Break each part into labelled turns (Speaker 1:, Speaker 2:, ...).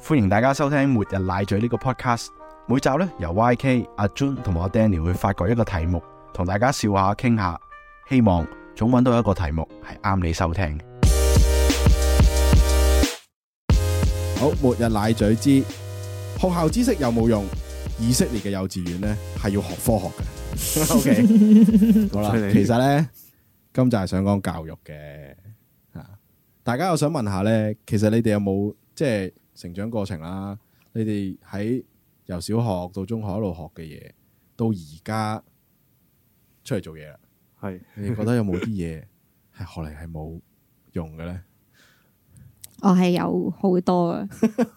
Speaker 1: 歡迎大家收聽《末日奶嘴》呢個 podcast。每集呢，由 YK、阿 Jun 同埋阿 Danny 會發掘一個題目，同大家笑下、傾下，希望總揾到一個題目係啱你收聽。
Speaker 2: 好，末日奶嘴之學校知識有冇用？以色列嘅幼稚園咧係要學科學 嘅。O K，好啦，其實咧今集係想講教育嘅吓，大家我想問下咧，其實你哋有冇即係成長過程啦？你哋喺由小學到中學一路學嘅嘢，到而家出嚟做嘢啦，
Speaker 3: 系
Speaker 2: 你哋覺得有冇啲嘢係學嚟係冇用嘅咧？
Speaker 4: 我係有好多嘅，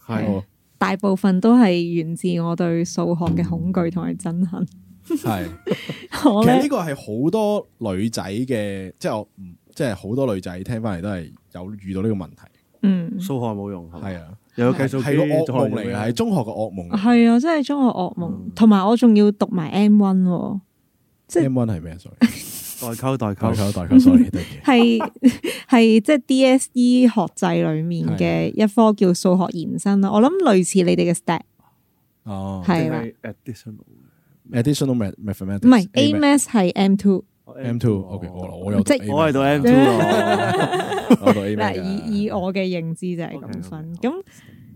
Speaker 2: 係
Speaker 4: 大部分都係源自我對數學嘅恐懼同埋 憎恨。
Speaker 2: 係。
Speaker 4: 我
Speaker 2: 其實
Speaker 4: 咧
Speaker 2: 呢個係好多女仔嘅，即係我唔即係好多女仔聽翻嚟都係有遇到呢個問題。
Speaker 4: 嗯，
Speaker 3: 數學冇用，係
Speaker 2: 係啊，
Speaker 3: 又有計數機
Speaker 2: 係個噩夢嚟嘅，係
Speaker 3: 嘅，
Speaker 2: 中學嘅噩夢。
Speaker 4: 係啊，真係中學噩
Speaker 3: 嗯
Speaker 4: 夢，同埋我仲要讀埋 M one 喎， 即係
Speaker 2: M one 係咩？sorry，
Speaker 3: 代溝代
Speaker 2: 代
Speaker 3: 溝，
Speaker 2: 溝代溝，sorry，對唔住。
Speaker 4: 係 係即係 DSE 學制里面嘅一科叫數學延伸啦。我諗類似你哋嘅 stat
Speaker 2: 哦
Speaker 4: 係
Speaker 3: 定
Speaker 4: 啦，
Speaker 3: 係 additional
Speaker 2: ，additional math- mathematics
Speaker 4: 唔係 A
Speaker 2: math-
Speaker 4: math 係 M two。
Speaker 2: M two，OK，我我有
Speaker 4: 即
Speaker 2: 讀 A
Speaker 3: 我係
Speaker 2: math
Speaker 3: 讀 M two 咯，
Speaker 2: 我讀 A
Speaker 4: 嗱，
Speaker 2: math 㗎
Speaker 4: 以以我嘅認知就係咁
Speaker 3: OK，OK，
Speaker 4: 分。咁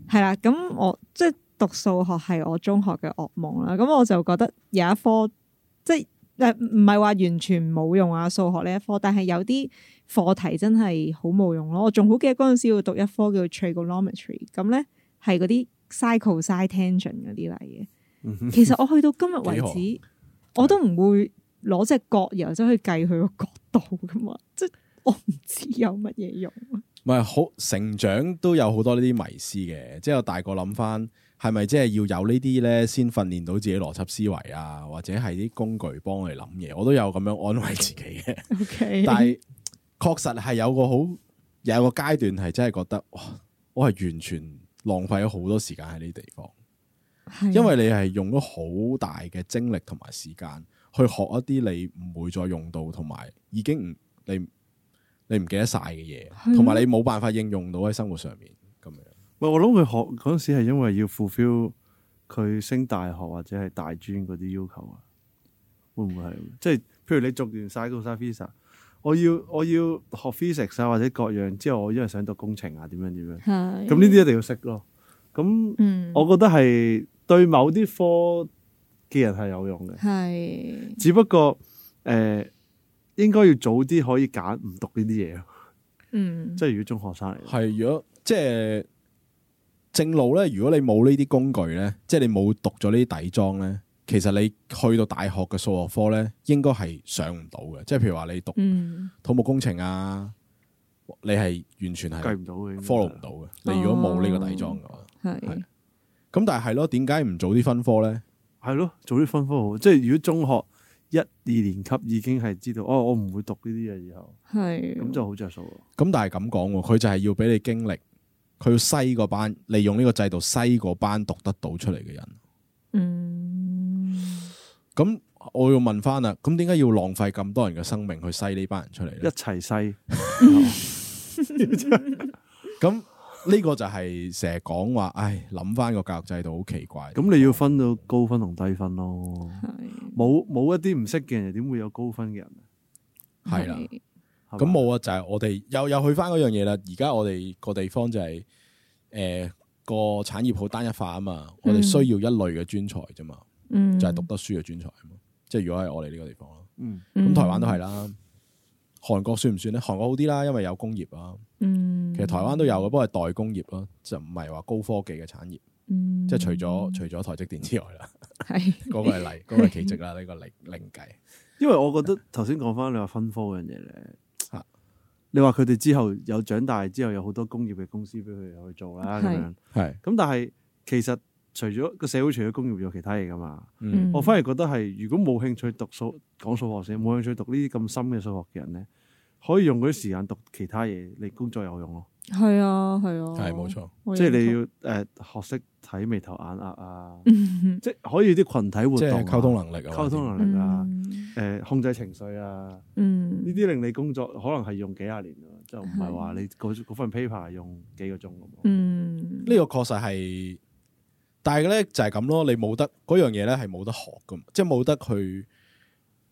Speaker 4: 係啦，咁我即係讀數學係我中學嘅噩夢啦。咁我就覺得有一科即係誒唔係話完全冇用啊，數學呢一科，但係有啲課題真係好冇用咯。我仲好記得嗰陣時要讀一科叫 trigonometry，咁咧係嗰啲 sin、cos、tangent 嗰啲嚟嘅。其實我去到今日為
Speaker 2: 嗯幾
Speaker 4: 止，我都唔會攞隻角然後走去計佢個角度噶嘛，即係我唔知有乜嘢用。
Speaker 2: 唔係好成長都有好多呢啲迷思嘅，即係我大個諗翻，係咪即係要有呢啲咧先訓練到自己邏輯思維啊，或者係啲工具幫我哋諗嘢，我都有咁樣安慰自己嘅。
Speaker 4: O K，
Speaker 2: 但係確實係有個好有個階段係真係覺得哇，我係完全浪費咗好多時間喺呢啲地方，
Speaker 4: 係
Speaker 2: 因為你係用咗好大嘅精力同埋時間去學一啲你唔會再用到，同埋已經唔你你唔記得晒嘅
Speaker 4: 係
Speaker 2: 嘢，
Speaker 4: 啊
Speaker 2: 同埋你冇辦法應用到喺生活上面咁樣。
Speaker 3: 喂，我諗佢學嗰阵时系因為要 fulfill 佢升大學或者係大專嗰啲要求啊，會唔會係？即係譬如你讀完晒個晒 visa，我要我要學 physics 啊或者各樣之後，我因為想讀工程啊點樣點樣，
Speaker 4: 係
Speaker 3: 咁呢啲一定要識咯。咁
Speaker 4: 嗯，
Speaker 3: 我覺得係對某啲科嘅人係有
Speaker 4: 嗯
Speaker 3: 用嘅，
Speaker 4: 係
Speaker 3: 只不過誒、呃、應該要早啲可以揀唔讀呢啲嘢咯，
Speaker 4: 嗯
Speaker 3: 即係如果中學生嚟講，
Speaker 2: 係如果即係正路咧，如果你冇呢啲工具咧，即係你冇讀咗呢啲底裝咧，其實你去到大學嘅數學科咧，應該係上唔到嘅。即係譬如話你讀
Speaker 4: 嗯
Speaker 2: 土木工程啊，你係完全係
Speaker 3: 計唔到嘅
Speaker 2: follow 唔到嘅。你如果冇呢個底裝嘅話，
Speaker 4: 係
Speaker 2: 咁但係係咯，點解唔早啲分科咧？
Speaker 3: 係咯，早啲分科好。即係如果中學一二年級已經係知道，哦，我唔會讀呢啲嘢以後，
Speaker 4: 係
Speaker 3: 咁就好着數咯。
Speaker 2: 咁但係咁講喎，佢就係要俾你經歷，佢要篩個班，利用呢個制度篩個班讀得到出嚟嘅人。
Speaker 4: 嗯
Speaker 2: 咁我要問翻啦，咁點解要浪費咁多人嘅生命去篩呢班人出嚟
Speaker 3: 一
Speaker 2: 咧？
Speaker 3: 齊細
Speaker 2: 咁呢個就係成日講話，唉，諗翻個教育制度好奇怪。
Speaker 3: 咁你要分到高分同低分咯。
Speaker 4: 係
Speaker 3: 冇冇一啲唔識嘅人，點會有高分嘅人？
Speaker 2: 係啦。
Speaker 3: 係
Speaker 2: 咁
Speaker 3: 嘛
Speaker 2: 冇啊，就係我哋又又去翻嗰樣嘢啦。而家我哋個地方就係誒個產業好單一化啊嘛，我哋
Speaker 4: 嗯
Speaker 2: 需要一類嘅專才啫嘛，
Speaker 4: 嗯
Speaker 2: 就係讀得書嘅專才啊嘛。即係如果係我哋呢個地方咯，
Speaker 3: 嗯
Speaker 2: 咁台灣都係啦。韓國算唔算咧？韓國好啲啦，因為有工業啊。
Speaker 4: 嗯
Speaker 2: 其實台灣都有嘅，不過係代工業咯，就唔係話高科技嘅產業。
Speaker 4: 嗯
Speaker 2: 即係除咗除咗台積電之外啦，
Speaker 4: 係
Speaker 2: 嗰個係例， 嗰個係奇蹟啦，呢個另另計。
Speaker 3: 因為我覺得頭先講翻你話分科嗰樣嘢咧
Speaker 2: 啊，
Speaker 3: 你話佢哋之後有長大之後有好多工業嘅公司俾佢哋去做啦咁
Speaker 4: 係
Speaker 3: 樣，
Speaker 2: 係，
Speaker 3: 咁但係其實除咗個社會除咗工業有其他嘢噶嘛，
Speaker 2: 嗯，
Speaker 3: 我反而覺得係如果冇興趣讀數講數學先，冇興趣讀呢啲咁深嘅數學嘅人咧，可以用嗰啲時間讀其他嘢，你工作有用咯，
Speaker 4: 係啊係啊
Speaker 2: 係冇錯。
Speaker 4: 我認同
Speaker 3: 即係你要誒學識睇眉頭眼額啊，
Speaker 4: 嗯
Speaker 3: 即係可以啲群體活
Speaker 2: 即
Speaker 3: 動啊、
Speaker 2: 係溝通能力啊，
Speaker 3: 溝通能力啊，誒控制情緒啊。
Speaker 4: 嗯
Speaker 3: 呢啲令你工作可能係用幾廿年㗎嘛啊就唔係話你嗰嗰份 paper 用幾個鐘咁咯。
Speaker 4: 嗯，
Speaker 2: 呢個確實係，但係咧就係咁咯，你冇得嗰樣嘢咧係冇得學噶嘛，即係冇得去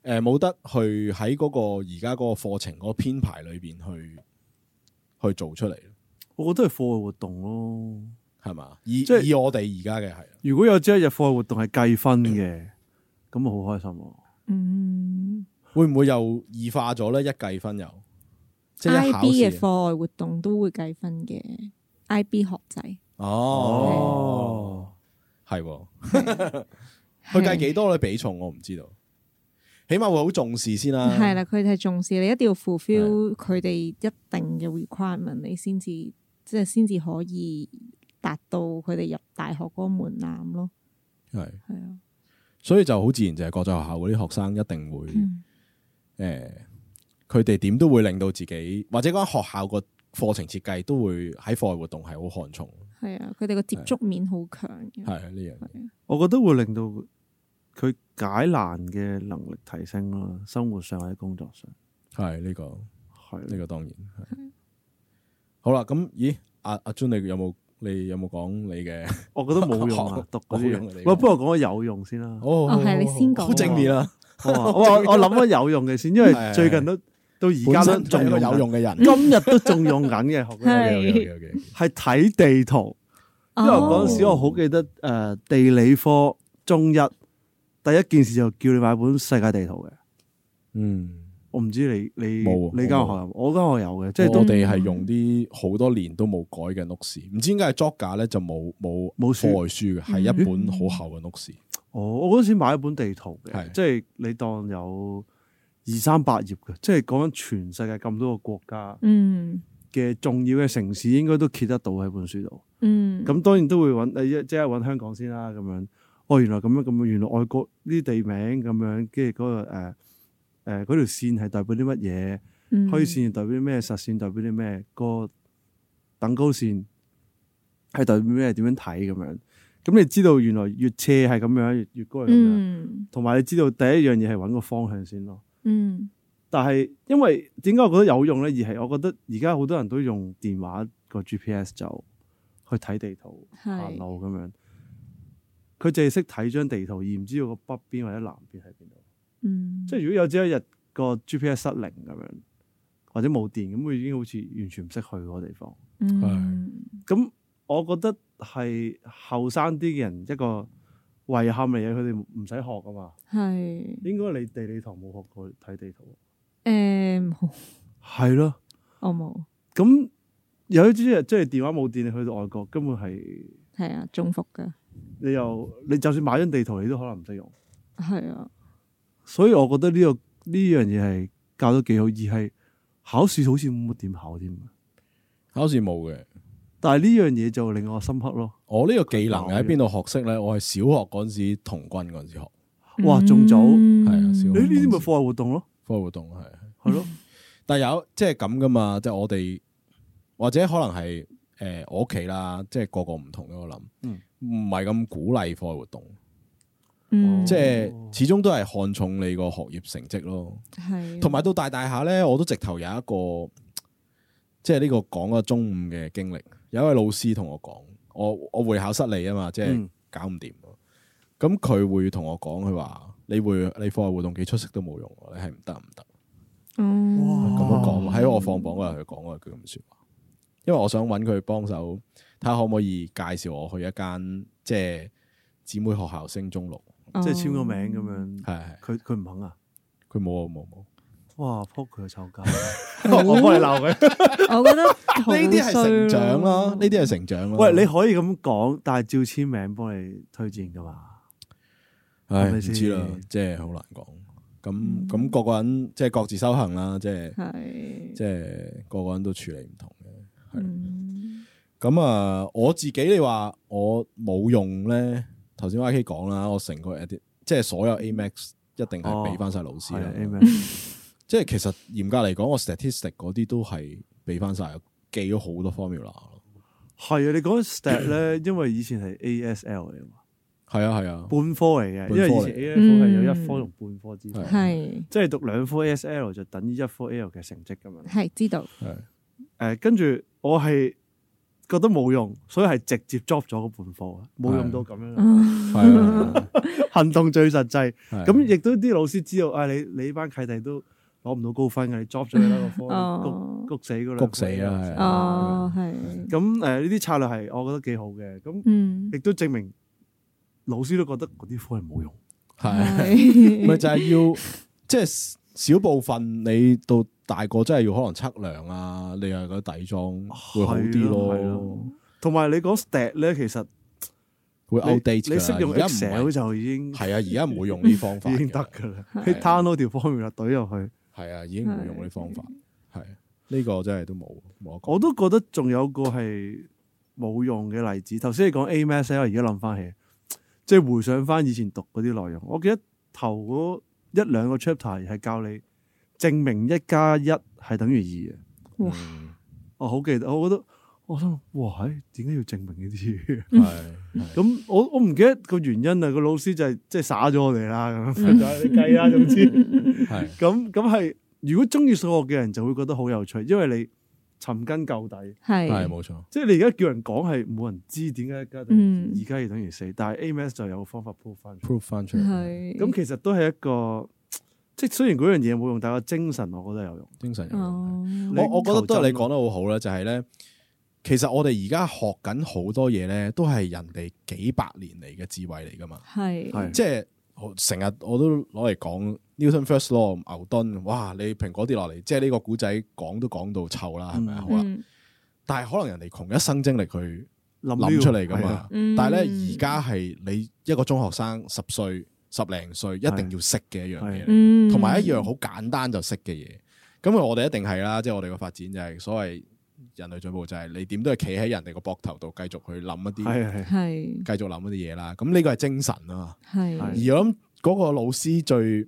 Speaker 2: 誒冇、得去喺嗰個而家嗰個課程嗰個編排裏邊去去做出嚟，
Speaker 3: 我覺得係課外活動咯。
Speaker 2: 係嘛？以
Speaker 3: 即係
Speaker 2: 以我哋而家嘅係，
Speaker 3: 如果有朝一日課外活動係計分嘅，咁我好開心喎。
Speaker 4: 嗯
Speaker 2: 會唔會又異化咗咧？一計分又即係一考
Speaker 4: IB 嘅
Speaker 2: 試啊
Speaker 4: 課外活動都會計分嘅，IB 學制
Speaker 2: 哦，係喎。
Speaker 4: 嗯
Speaker 2: 佢計幾多咧比重我唔知道，起碼會好重視先啦。
Speaker 4: 係啦，佢哋係重視你一定要 fulfill 佢哋一定嘅 requirement，你先至即係先至可以達到佢哋入大學嗰個門檻咯。
Speaker 2: 係，
Speaker 4: 係啊，
Speaker 2: 所以就好自然就係國際學校嗰啲學生一定會
Speaker 4: 嗯
Speaker 2: 诶，佢哋點都會令到自己或者嗰間學校個課程設計都會喺課外活動係好看重，
Speaker 4: 係啊，佢哋個接觸面好強嘅。啊
Speaker 2: 係呢樣嘢。
Speaker 3: 我覺得會令到佢解難嘅能力提升咯，生活上或者工作上
Speaker 2: 係呢
Speaker 4: 嗯
Speaker 2: 個呢
Speaker 3: 係。
Speaker 2: 個當然係。好啦，咁咦，阿阿 Jun 你有冇你有冇講你嘅？
Speaker 3: 我覺得冇 用啊，讀
Speaker 2: 冇
Speaker 3: 嗰啲
Speaker 2: 用啊
Speaker 3: 嘢。
Speaker 2: 你
Speaker 3: 喂，不過講咗有用先啦。
Speaker 2: 哦
Speaker 4: 哦係你先講
Speaker 2: 好正面啊！
Speaker 3: 我話我話我諗咗有用嘅先，因為
Speaker 2: 係
Speaker 3: 最近都到而家都
Speaker 2: 本身就係
Speaker 3: 仲
Speaker 2: 一個有
Speaker 3: 用
Speaker 2: 用嘅人
Speaker 3: 緊，。 今日都仲用緊嘅學嗰樣嘢
Speaker 4: 係
Speaker 2: OK，OK，OK，OK
Speaker 3: 係睇地圖。
Speaker 4: 哦
Speaker 3: 因為嗰陣時我好記得誒、呃地理科中一第一件事就叫你買本世界地圖嘅。
Speaker 2: 嗯，
Speaker 3: 我唔知你你
Speaker 2: 冇
Speaker 3: 你間學校有冇，我間學校有嘅，即
Speaker 2: 即
Speaker 3: 係
Speaker 2: 係
Speaker 3: 都嗯
Speaker 2: 我哋係用啲好多年都冇改嘅 notes，唔知點解係作假咧就冇冇
Speaker 3: 冇書嗯
Speaker 2: 課外書嘅，係一本好厚嘅 notes。
Speaker 3: 哦，我嗰陣時買一本地圖嘅
Speaker 2: 係，
Speaker 3: 即係你當有二三百頁嘅，即係講緊全世界咁多個國家
Speaker 4: 嗯
Speaker 3: 嘅重要嘅城市，應該都揭得到喺本書度。
Speaker 4: 嗯
Speaker 3: 咁當然都會揾誒一即係揾香港先啦，咁樣。哦，原來咁樣咁樣，原來外國呢啲地名咁樣，跟住嗰個誒誒嗰條線係代表啲乜嘢？
Speaker 4: 咁
Speaker 3: 虛線代表啲咩？實線代表啲咩？個等高線係代表咩？點樣睇咁樣？咁你知道原來越斜係咁樣，越越高係咁樣。
Speaker 4: 嗯
Speaker 3: 同埋、你知道第一樣嘢係揾個方向先咯。
Speaker 4: 嗯
Speaker 3: 但係因為點解我覺得有用咧？而係我覺得而家好多人都用電話個 GPS 就去睇地圖。行
Speaker 4: 係
Speaker 3: 路咁樣。佢淨係識睇張地圖，而唔知道個北邊或者南邊喺邊度。
Speaker 4: 嗯
Speaker 3: 即係如果有朝一日個 GPS 失靈咁樣，或者冇電，咁佢已經好似完全唔識去嗰個地方。
Speaker 4: 嗯
Speaker 3: 咁我覺得係後生啲嘅人一個遺憾嚟嘅，佢哋唔使學噶嘛。
Speaker 4: 係
Speaker 3: 應該你地理堂冇學過睇地圖。
Speaker 4: 誒冇
Speaker 3: 係咯，
Speaker 4: 我冇
Speaker 3: 咁有朝一日即係電話冇電，你去到外國根本係
Speaker 4: 係啊中伏㗎
Speaker 3: 你又你就算買張地圖，你都可能唔識用。
Speaker 4: 係啊
Speaker 3: 所以我覺得呢、個呢樣嘢係教得幾好，而係考試好似冇乜點考添。
Speaker 2: 考試冇嘅。
Speaker 3: 但係呢樣嘢就令我深刻咯。
Speaker 2: 我呢個技能係喺邊度學識咧？我係小學嗰陣時童軍嗰陣時學
Speaker 3: 哇仲早
Speaker 4: 係
Speaker 2: 係啊小
Speaker 3: 你
Speaker 4: 嗯
Speaker 2: 學
Speaker 3: 呢啲咪課外活動咯，
Speaker 2: 科學活動係，
Speaker 3: 係咯，
Speaker 2: 但有即係咁噶嘛？即係我哋或者可能係诶、呃我屋企啦，即係個個唔同嘅我諗
Speaker 3: 嗯，哦
Speaker 2: 唔係咁鼓勵課外活動，
Speaker 4: 嗯
Speaker 2: 即係始終都係看重你個學業成績咯。
Speaker 4: 係啊
Speaker 2: 同埋到大大下咧，我都直頭有一個即係呢個講個中午嘅經歷，有一位老師同我講，我我會考失利啊嘛，即係
Speaker 3: 嗯
Speaker 2: 搞唔掂。啊咁佢會同我講，佢話你會你課外活動幾出色都冇用喎，你係唔得唔得。
Speaker 4: 嗯
Speaker 2: 咁樣講喺我放榜嗰日，佢講嗰句咁说話，因為我想揾佢幫手，睇下可唔可以介紹我去一間即係姊妹學校升中六。
Speaker 3: 即係簽個名咁
Speaker 4: 哦
Speaker 3: 樣。
Speaker 2: 係係，
Speaker 3: 佢佢唔肯啊！
Speaker 2: 佢冇啊冇冇。
Speaker 3: 哇，撲佢個臭街！我幫你鬧佢。
Speaker 4: 我覺得呢
Speaker 2: 呢啲係成長
Speaker 4: 啊
Speaker 2: 啦，呢啲係成長啦。
Speaker 3: 喂，你可以咁講，但係照簽名幫你推薦噶嘛？
Speaker 2: 唉，
Speaker 3: 係咪
Speaker 2: 唔知啦
Speaker 3: 先，嗯
Speaker 2: 即係好難講。咁咁個個人即係各自修行啦，即係
Speaker 4: 係
Speaker 2: 即係個個人都處理唔同嘅。
Speaker 4: 嗯
Speaker 2: 咁啊，我自己你話我冇用咧，頭先 YK 講啦，我成個 edit 即係所有 AMAX 一定係俾翻晒老師
Speaker 3: 係
Speaker 2: 啦
Speaker 3: 啊。，amen。
Speaker 2: 即係其實嚴格嚟講，我 statistic 嗰啲都係俾翻晒，記咗好多 formula 咯。
Speaker 3: 係啊，你講 stat 咧，因為以前係 ASL 嚟㗎嘛，
Speaker 2: 係啊係啊，
Speaker 3: 半科嚟嘅，
Speaker 2: 半科
Speaker 3: 因為以
Speaker 2: 嚟
Speaker 3: 前
Speaker 2: 嘅
Speaker 3: ASL 係有一科同半科之分
Speaker 2: 係。
Speaker 4: 係
Speaker 3: 即係讀兩科 S L 就等於一科 L 嘅成績咁樣。
Speaker 4: 係知道
Speaker 2: 係
Speaker 3: 誒，跟住我係覺得冇用，所以係直接 drop 咗嗰本課啊，冇用到咁樣，
Speaker 2: 係
Speaker 3: 行動最實際。
Speaker 2: 啊
Speaker 3: 咁亦都啲老師知道，啊，你你班契弟都攞唔到高分嘅，你 drop 咗 佢啦個科，
Speaker 4: 哦
Speaker 3: 谷谷死嗰兩科
Speaker 2: 谷死啊，係啊
Speaker 4: 哦，係，
Speaker 3: 咁誒呢啲策略係我覺得幾好嘅，咁
Speaker 4: 嗯，
Speaker 3: 亦都證明老師都覺得嗰啲科係冇用。
Speaker 2: 係啊
Speaker 4: 係
Speaker 2: 咪就係要即係少部分你到大個真係要可能測量啊，你又嗰啲底裝會好啲
Speaker 3: 係
Speaker 2: 咯
Speaker 3: 咯，同埋你講 stat 咧，其實
Speaker 2: 會
Speaker 3: 你
Speaker 2: outdate 㗎
Speaker 3: 你識用
Speaker 2: 而家唔係
Speaker 3: Excel 就已經
Speaker 2: 係啊，而家唔會用呢方法
Speaker 3: 已經
Speaker 2: 㗎
Speaker 3: 得
Speaker 2: 啦，
Speaker 3: 㗎啦。
Speaker 2: 係
Speaker 3: 你 download 條 formula 懟入去，
Speaker 2: 係啊，已經唔會用呢方法，係呢個真係都冇冇得講
Speaker 3: 我都覺得仲有個係冇用嘅例子。頭先你講 A Math 咧，我而家諗翻起，即係回想翻以前讀嗰啲內容，我記得頭嗰一兩個 chapter 係教你證明一加一係等於二嘅。
Speaker 4: 哇
Speaker 2: 嗯
Speaker 3: 我好記得，我覺得我心諗，哇，唉點解要證明呢啲 嘢？
Speaker 2: 嗯係係
Speaker 3: 咁我我唔記得個原因啦，啊個老師就係即係耍咗我哋啦，咁樣就係你計啦，總之
Speaker 2: 係
Speaker 3: 咁咁係，如果中意數學嘅人就會覺得好有趣，因為你尋根究底，
Speaker 2: 係
Speaker 4: 係，
Speaker 2: 冇錯，
Speaker 3: 即係你而家叫人講係冇人知點解一加等
Speaker 4: 嗯
Speaker 3: 於二加二等於四，但係 A M S 就有個方法 prove 翻出嚟。
Speaker 2: proof 翻出嚟，
Speaker 4: 係，
Speaker 3: 咁其實都係一個，即係雖然嗰樣嘢冇用，但係個精神我覺得有用。
Speaker 2: 精神有用。
Speaker 4: 哦，
Speaker 2: 我我覺得都係你
Speaker 3: 求真
Speaker 2: 講得好好啦，就係咧，其實我哋而家學緊好多嘢咧，都係人哋幾百年嚟嘅智慧嚟噶嘛。
Speaker 4: 係，
Speaker 3: 係
Speaker 2: 即係我成日我都攞嚟講 Newton First Law 牛頓，哇！你蘋果跌落嚟，即係呢個古仔講都講到臭啦，係咪啊？好啦，
Speaker 4: 嗯
Speaker 2: 但係可能人哋窮一生精力去
Speaker 3: 諗呢個
Speaker 2: 諗出嚟噶
Speaker 3: 係啊
Speaker 2: 嘛。
Speaker 4: 嗯
Speaker 2: 但係咧，而家係你一個中學生十歲、十零歲一定要識嘅一樣嘢嚟。
Speaker 4: 嗯，
Speaker 2: 同埋一樣好簡單就識嘅嘢。咁我哋一定係啦，即係我哋個發展就係所謂人類進步就係你點都係企喺人哋個膊頭度繼續去諗一啲，
Speaker 3: 係啊係
Speaker 4: 係，
Speaker 2: 繼續諗一啲嘢啦。咁呢個係精神啊嘛。
Speaker 4: 係
Speaker 2: 而
Speaker 3: 係
Speaker 2: 我諗嗰個老師最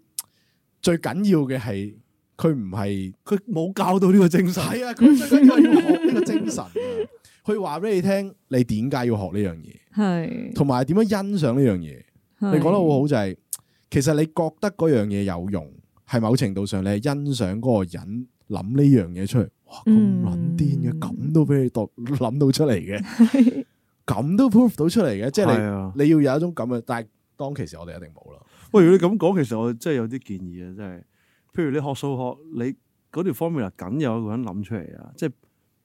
Speaker 2: 最緊要嘅係佢唔係
Speaker 3: 佢冇教到呢個精神。
Speaker 2: 係啊，佢 最緊要係要學呢個精神啊。佢話俾你聽，你點解要學呢樣嘢，
Speaker 4: 係，
Speaker 2: 同埋點樣欣賞呢樣嘢。你講
Speaker 4: 你
Speaker 2: 得好好就係、其實你覺得嗰樣嘢有用，係某程度上你係欣賞嗰個人諗呢樣嘢出嚟，哇咁
Speaker 4: 嗯
Speaker 2: 撚癲嘅，咁都俾你度諗到出嚟嘅，咁都 prove 到出嚟嘅，即係
Speaker 3: 係啊
Speaker 2: 你你要有一種咁嘅，但係當其時我哋一定冇啦，
Speaker 3: 喂，如果你咁講，其實我真係有啲建議啊，真係。譬如你學數學，你嗰條 formula 梗有一個人諗出嚟啊，即係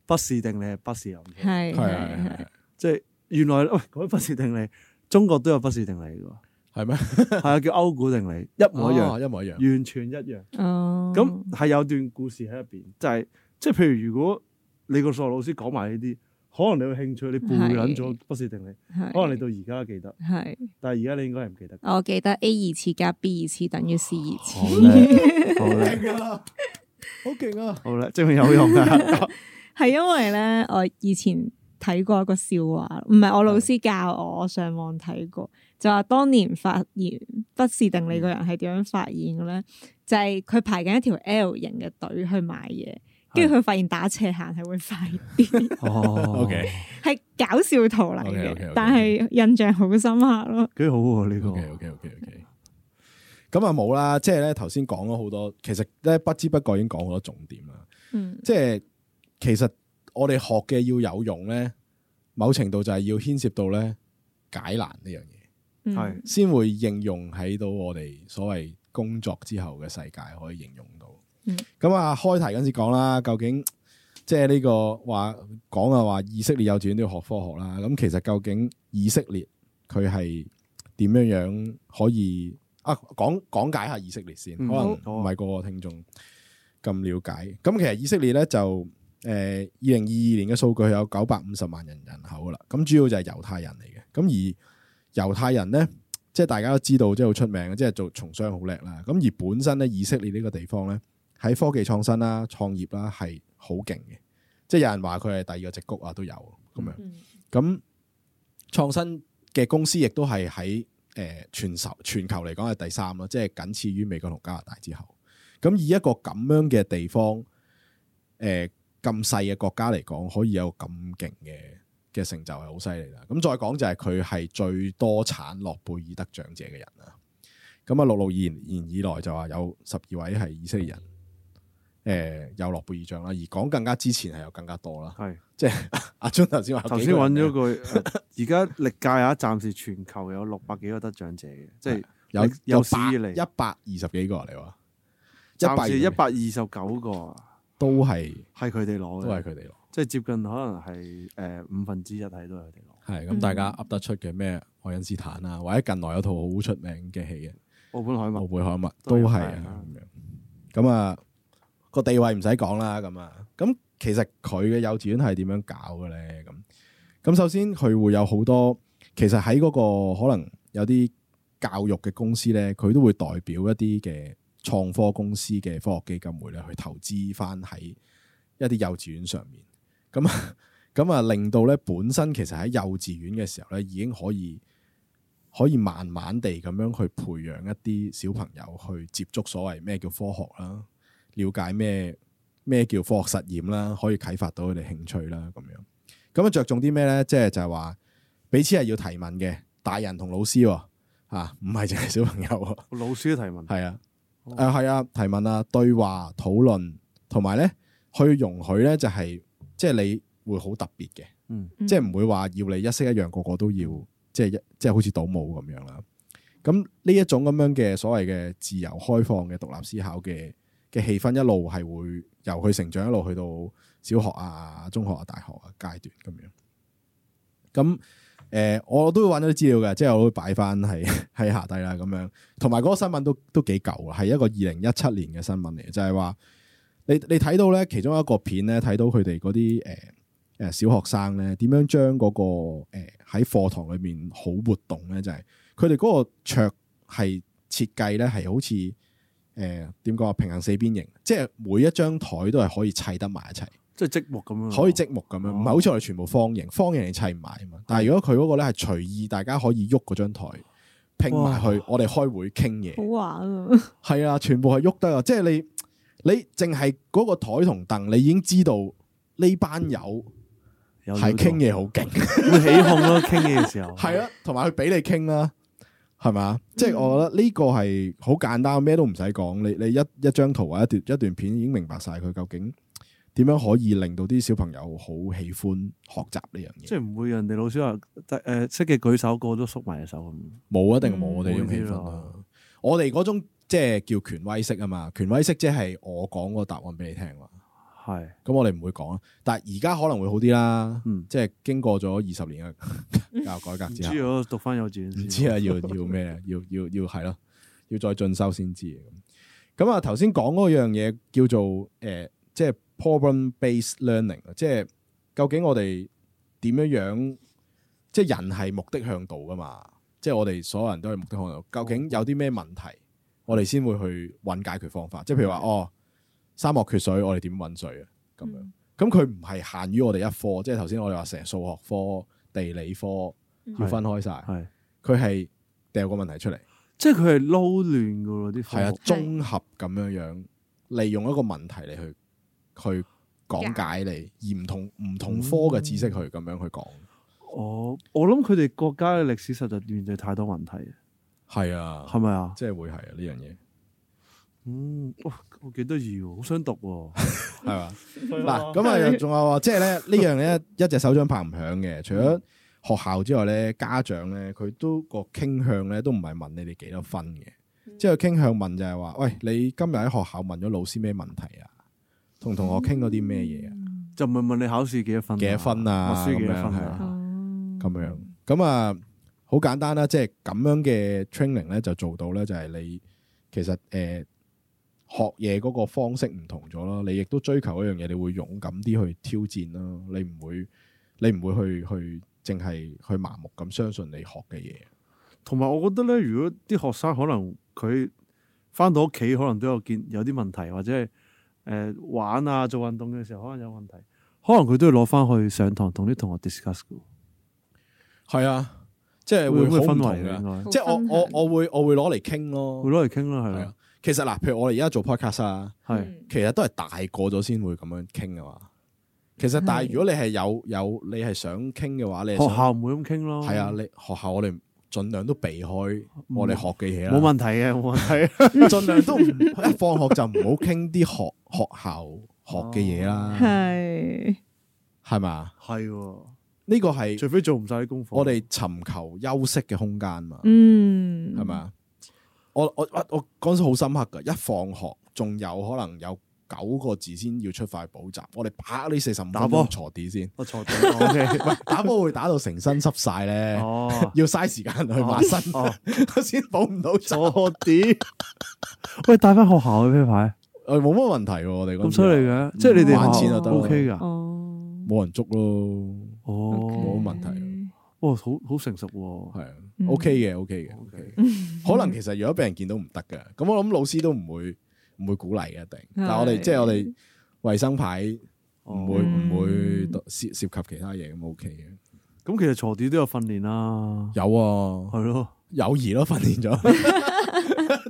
Speaker 3: 不是定理係不是諗出嚟
Speaker 4: 係，
Speaker 2: 係
Speaker 4: 係
Speaker 2: 係
Speaker 4: 係
Speaker 2: 係
Speaker 3: 即係原來喂嗰啲不是定理，中國都有不是定理嘅喎，
Speaker 2: 係咩？
Speaker 3: 係啊叫歐股定理，一模一樣，
Speaker 2: 啊一模一樣，
Speaker 3: 完全一樣。
Speaker 4: 哦，
Speaker 3: 咁係有段故事喺入邊，就係即係譬如如果你個數學老師講埋呢啲，可能你有興趣，你背撚咗
Speaker 4: 係
Speaker 3: 不是定理，
Speaker 4: 係
Speaker 3: 可能你到而家記得，
Speaker 4: 係，
Speaker 3: 但係而家你應該係唔記得。
Speaker 4: 我記得 A 二次加 B 二次等於 C 二次，
Speaker 2: 哦
Speaker 3: 好啦，
Speaker 2: 啊好勁啊！
Speaker 3: 好啦，證明有用啊㗎。
Speaker 4: 係因為咧，我以前睇過一個笑話，唔係我老師教我，我上網睇過，就話當年發現不是定理個人係點樣發現嘅咧，就係佢排緊一條 L 型嘅隊去買嘢，跟住佢發現打斜行係會快 啲，
Speaker 3: 哦
Speaker 2: OK
Speaker 4: 係搞笑圖嚟
Speaker 2: OK，OK，OK
Speaker 4: 嘅，但係印象好深刻咯。
Speaker 3: 幾好喎呢個
Speaker 2: OK OK OK OK，咁啊冇啦，即係咧頭先講咗好多，其實咧不知不覺已經講好多重點啦。
Speaker 4: 嗯，
Speaker 2: 即係其實我哋學嘅要有用咧，某程度就係要牽涉到咧解難呢樣嘢，
Speaker 4: 嗯
Speaker 3: 係
Speaker 2: 先會應用喺到我哋所謂工作之後嘅世界可以應用到
Speaker 4: 嗯。
Speaker 2: 咁啊、開題嗰陣時講啦，究竟即係呢個話講啊話以色列幼稚園都要學科學啦。咁其實究竟以色列佢係點樣樣可以啊講講解下以色列先，可
Speaker 3: 嗯
Speaker 2: 能
Speaker 3: 好
Speaker 2: 唔係個個聽眾咁了解。咁其實以色列咧就誒二零二二年嘅數據有九百五十萬人人口噶啦，咁主要就係猶太人嚟嘅。咁而猶太人咧，即係大家都知道，即係好出名嘅，即係做從商好叻啦。咁而本身咧，以色列呢個地方咧，喺科技創新啦、創業啦係好勁嘅，即係有人話佢係第二個矽谷啊都有咁樣。
Speaker 4: 嗯
Speaker 2: 咁創新嘅公司亦都係喺誒全球全球嚟講係第三咯，即係僅次於美國同加拿大之後。咁以一個咁樣嘅地方，誒咁細嘅國家嚟講，可以有咁勁嘅嘅成就係好犀利啦。咁再講就係佢係最多產諾貝爾得獎者嘅人啦。咁啊，六六二年以來就話有十二位係以色列人，誒有諾貝爾獎啦，而講更加之前係有更加多啦。
Speaker 3: 係
Speaker 2: 阿 j 頭先話有
Speaker 3: 頭
Speaker 2: 幾
Speaker 3: 先
Speaker 2: 個
Speaker 3: 揾
Speaker 2: 人
Speaker 3: 咗
Speaker 2: 嘅
Speaker 3: 個，而家歷屆啊，暫時全球有六百幾個得獎者嘅，即係
Speaker 2: 有
Speaker 3: 有
Speaker 2: 有
Speaker 3: 史以嚟
Speaker 2: 一百二十幾個啊你話，
Speaker 3: 暫時一
Speaker 2: 120
Speaker 3: 百二十九個啊
Speaker 2: 都係
Speaker 3: 係佢哋
Speaker 2: 都
Speaker 3: 攞
Speaker 2: 係
Speaker 3: 嘅，
Speaker 2: 佢哋咯。
Speaker 3: 即係接近可能係誒五分之一係都係佢哋攞。
Speaker 2: 係
Speaker 4: 嗯
Speaker 2: 咁，大家噏得出嘅咩愛因斯坦啊，或者近來有套好出名嘅戲嘅《啊
Speaker 3: 澳本海
Speaker 2: 奧
Speaker 3: 默
Speaker 2: 本海默》
Speaker 3: 都
Speaker 2: 都
Speaker 3: 有
Speaker 2: 係
Speaker 3: 係
Speaker 2: 啊
Speaker 3: 啊
Speaker 2: 咁樣。咁啊個地位唔使講啦，咁啊咁其實佢嘅幼稚園係點樣搞嘅咧？咁咁首先佢會有好多，其實喺嗰個可能有啲教育嘅公司咧，佢都會代表一啲嘅創科公司嘅科學基金會咧去投資翻喺一啲幼稚園上面。咁啊，咁啊，令到咧本身其實喺幼稚園嘅時候咧，已經可以可以慢慢地咁樣去培養一啲小朋友去接觸所謂咩叫科學啦，了解咩咩叫科學實驗啦，可以啟發到佢哋興趣啦咁樣。咁啊，着重啲咩咧？即係就係話彼此係要提問嘅，大人同老師喎嚇，唔係淨係小朋友喎。
Speaker 3: 老師都提問，
Speaker 2: 係啊，
Speaker 3: 哦
Speaker 2: 誒係啊，提問啊，對話討論，同埋咧去容許咧就係即係你會好特別嘅，
Speaker 3: 嗯，
Speaker 2: 即係唔會話要你一式一樣，個個都要即係一即係好似倒模咁樣啦。咁呢一種咁樣嘅所謂嘅自由開放嘅獨立思考嘅嘅氣氛，一路係會由佢成長一路去到小學啊、中學啊、大學啊階段咁樣。咁誒、呃我都揾咗啲資料嘅，即係我都擺翻喺 喺下低啦咁樣。同埋嗰個新聞都都幾舊啊，係一個二零一七年嘅新聞嚟嘅，就係、話你你睇到咧其中一個片咧，睇到佢哋嗰啲呃誒誒小學生咧點樣將嗰、個呃喺課堂裏面好活動咧，就係佢哋嗰個桌係設計咧係好似誒點講啊平行四邊形，即係每一張台都係可以砌得埋一齊。
Speaker 3: 即係積木咁樣，
Speaker 2: 可以積木咁樣，
Speaker 3: 哦
Speaker 2: 唔係好似我哋全部方形，方形你砌唔埋啊嘛。但係如果佢嗰個咧係隨意，大家可以喐嗰張台拼埋去
Speaker 3: 哇，
Speaker 2: 我哋開會傾
Speaker 4: 好
Speaker 2: 嘢，
Speaker 4: 玩啊！
Speaker 2: 係啊，全部係喐得啊。即係你你淨係嗰個台同凳，你已經知道呢班友
Speaker 3: 有料
Speaker 2: 係
Speaker 3: 嗯到
Speaker 2: 傾嘢好勁，
Speaker 3: 會起哄咯，傾嘢嘅時候
Speaker 2: 係，啊，同埋佢俾你傾啦，係嘛？即係我覺得呢個係好簡單，咩都唔使講，你你一一張圖或者一段一段片已經明白晒佢究竟點樣可以令到啲小朋友好喜歡學習呢樣嘢。
Speaker 3: 即係唔會人哋老師話誒識嘅舉手，個個都縮埋隻手咁。
Speaker 2: 冇啊一定冇我哋呢
Speaker 3: 嗯
Speaker 2: 種氣
Speaker 3: 冇呢啲
Speaker 2: 氛啦
Speaker 3: 咯。
Speaker 2: 我哋嗰種即係叫權威式啊嘛，權威式即係我講個答案俾你聽嘛。
Speaker 3: 係，
Speaker 2: 咁我哋唔會講啦，但係而家可能會好啲啦。
Speaker 3: 嗯
Speaker 2: 即係經過咗二十年嘅教育改革
Speaker 3: 唔
Speaker 2: 之
Speaker 3: 知
Speaker 2: 後，
Speaker 3: 我讀翻幼稚園
Speaker 2: 啊唔
Speaker 3: 先
Speaker 2: 知啊， 要要咩啊？要要要係咯，要再進修先知咁。咁啊，頭先講嗰樣嘢叫做誒、呃即係 problem based learning 啊，即係究竟我哋點樣樣，即係人係目的向導噶嘛？即係我哋所有人都係目的向導。究竟有啲咩問題，我哋先會去揾解決方法。即係譬如話，哦，沙漠缺水，我哋點揾水啊？咁樣
Speaker 4: 嗯
Speaker 2: 咁佢唔係限於我哋一科，即係頭先我哋話成日數學科、地理科
Speaker 4: 嗯
Speaker 2: 要分開晒。
Speaker 3: 係，
Speaker 2: 佢係掉個問題出嚟，
Speaker 3: 即係佢係撈亂噶咯啲科
Speaker 2: 係啊
Speaker 3: 目，
Speaker 2: 綜合咁樣樣，利用一個問題嚟去去講解你，而唔同唔同科嘅知識去咁樣去講。
Speaker 3: 我我諗佢哋國家嘅歷史實在面對太多問題，
Speaker 2: 係啊
Speaker 3: 係，咪啊？
Speaker 2: 即係會係啊呢樣嘢，
Speaker 3: 嗯，哇，我幾得意喎，好想讀喎。
Speaker 2: 係嘛？嗱，咁啊，仲有話，即係咧呢樣咧，一隻手掌拍唔響嘅。除咗學校之外咧，家長咧佢都個傾向咧都唔係問你哋幾多分嘅，即係佢傾向問就係話，喂，你今日喺學校問咗老師咩問題啊？同同學傾咗啲咩嘢啊？
Speaker 3: 就唔係問你考試幾多分，
Speaker 2: 幾多分啊
Speaker 3: 默書幾多分
Speaker 2: 咁樣係
Speaker 3: 啊？
Speaker 4: 哦，
Speaker 2: 咁樣。咁啊，好簡單啦，即係咁樣嘅 training 咧，就做到咧，就係你其實誒、呃、學嘢嗰個方式唔同咗啦，你亦都追求一樣嘢，你會勇敢啲去挑戰啦，你唔會你唔會去去淨係去盲目咁相信你學嘅嘢，
Speaker 3: 同埋我覺得咧，如果啲學生可能佢翻到屋企，可能都有見有啲問題，或者係誒、呃玩啊做運動嘅時候可能有問題，可能佢都要攞翻去上堂同啲同學 discuss 嘅
Speaker 2: 係啊，即係
Speaker 3: 喎，
Speaker 2: 會
Speaker 3: 唔會
Speaker 2: 好唔
Speaker 3: 氛
Speaker 2: 同
Speaker 3: 圍啊？
Speaker 2: 嘅，
Speaker 3: 應該
Speaker 2: 即係我我我會我會攞嚟傾
Speaker 3: 會
Speaker 2: 咯，
Speaker 3: 攞嚟傾啦，係
Speaker 2: 係啊
Speaker 3: 啦，。
Speaker 2: 其實嗱，譬如我哋而家做 podcast 啊。
Speaker 3: 係
Speaker 4: 嗯
Speaker 2: 其實都係大個咗先會咁樣傾噶嘛。其實但係
Speaker 4: 係
Speaker 2: 如果你係有有你係想傾嘅話，你係
Speaker 3: 學
Speaker 2: 想啊
Speaker 3: 校唔會咁傾咯，
Speaker 2: 係啊，你學校我哋盡量都避開我哋學嘅嘢啦。
Speaker 3: 冇問題嘅，冇問 題。
Speaker 2: 盡量 都唔一放學就唔好傾啲學學校學嘅嘢
Speaker 3: 哦
Speaker 2: 啦，
Speaker 4: 係
Speaker 2: 係嘛？
Speaker 3: 係喎，
Speaker 2: 呢個係
Speaker 3: 除非做唔晒啲功課。
Speaker 2: 我哋尋求休息嘅空間嘛，
Speaker 4: 嗯
Speaker 2: 係咪啊？我我我我嗰陣時好深刻噶，一放學仲有可能有九個字先要出快補習，我哋把握呢四十五分
Speaker 3: 打波
Speaker 2: 鐘坐地先，
Speaker 3: 我哦錯咗。O K，
Speaker 2: 喂打波會打到成身濕晒咧，
Speaker 3: 哦，
Speaker 2: 要嘥時間去抹身，
Speaker 3: 哦，
Speaker 2: 先補唔到習。
Speaker 3: 我屌！喂，帶翻學校嘅啤牌
Speaker 2: 誒冇乜問題喎，我哋
Speaker 3: 咁
Speaker 2: 嗰
Speaker 3: 犀
Speaker 2: 陣
Speaker 3: 利
Speaker 2: 時
Speaker 3: 嘅，即係你哋
Speaker 2: 啊玩錢就得啦
Speaker 3: O K 㗎。
Speaker 4: 哦，
Speaker 2: 冇人捉咯。
Speaker 3: 哦，
Speaker 2: 冇問題
Speaker 3: 哇，好好成熟喎。
Speaker 2: 系啊
Speaker 4: 嗯
Speaker 2: ，OK 嘅，OK 嘅，OK 嘅。可能其實如果俾人見到唔得嘅，咁我諗老師都唔會唔會鼓勵嘅，一定。但係我哋即係我哋衞生牌唔會
Speaker 4: 哦
Speaker 2: 唔會涉涉及其他嘢咁 OK 嘅。
Speaker 3: 咁其實鋤地都有訓練啦，
Speaker 2: 有 啊，
Speaker 3: 係 咯，
Speaker 2: 友誼咯，訓練咗。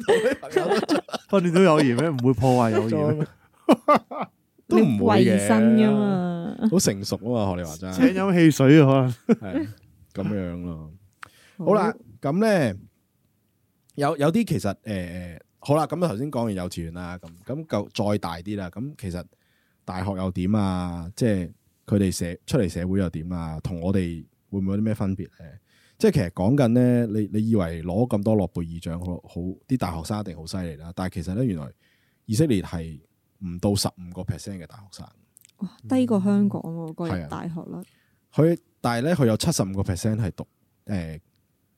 Speaker 2: 同啲朋友都
Speaker 3: 訓練到友誼咩？唔會破壞友 誼咩？
Speaker 2: 都唔 會嘅
Speaker 4: 為生噶嘛，
Speaker 2: 好成熟啊嘛，學你話
Speaker 3: 請
Speaker 2: 齋
Speaker 3: 飲汽水啊，可 能。
Speaker 2: 係咁樣咯。好啦，咁咧有有啲其實诶、呃好啦，咁頭先講完幼稚園啦，咁咁夠再大啲啦，咁其實大學又點啊？即係佢哋社出嚟社會又點啊？同我哋會唔會有啲咩分別咧？即係其實講緊咧，你你以為攞咁多諾貝爾獎好好啲大學生一定好犀利啦，但係其實咧原來以色列係唔到十五個 percent 嘅大學生，
Speaker 4: 哇低過香港喎，個
Speaker 2: 係啊
Speaker 4: 人大學率，
Speaker 2: 佢但係咧佢有七十五個 percent 係讀诶、呃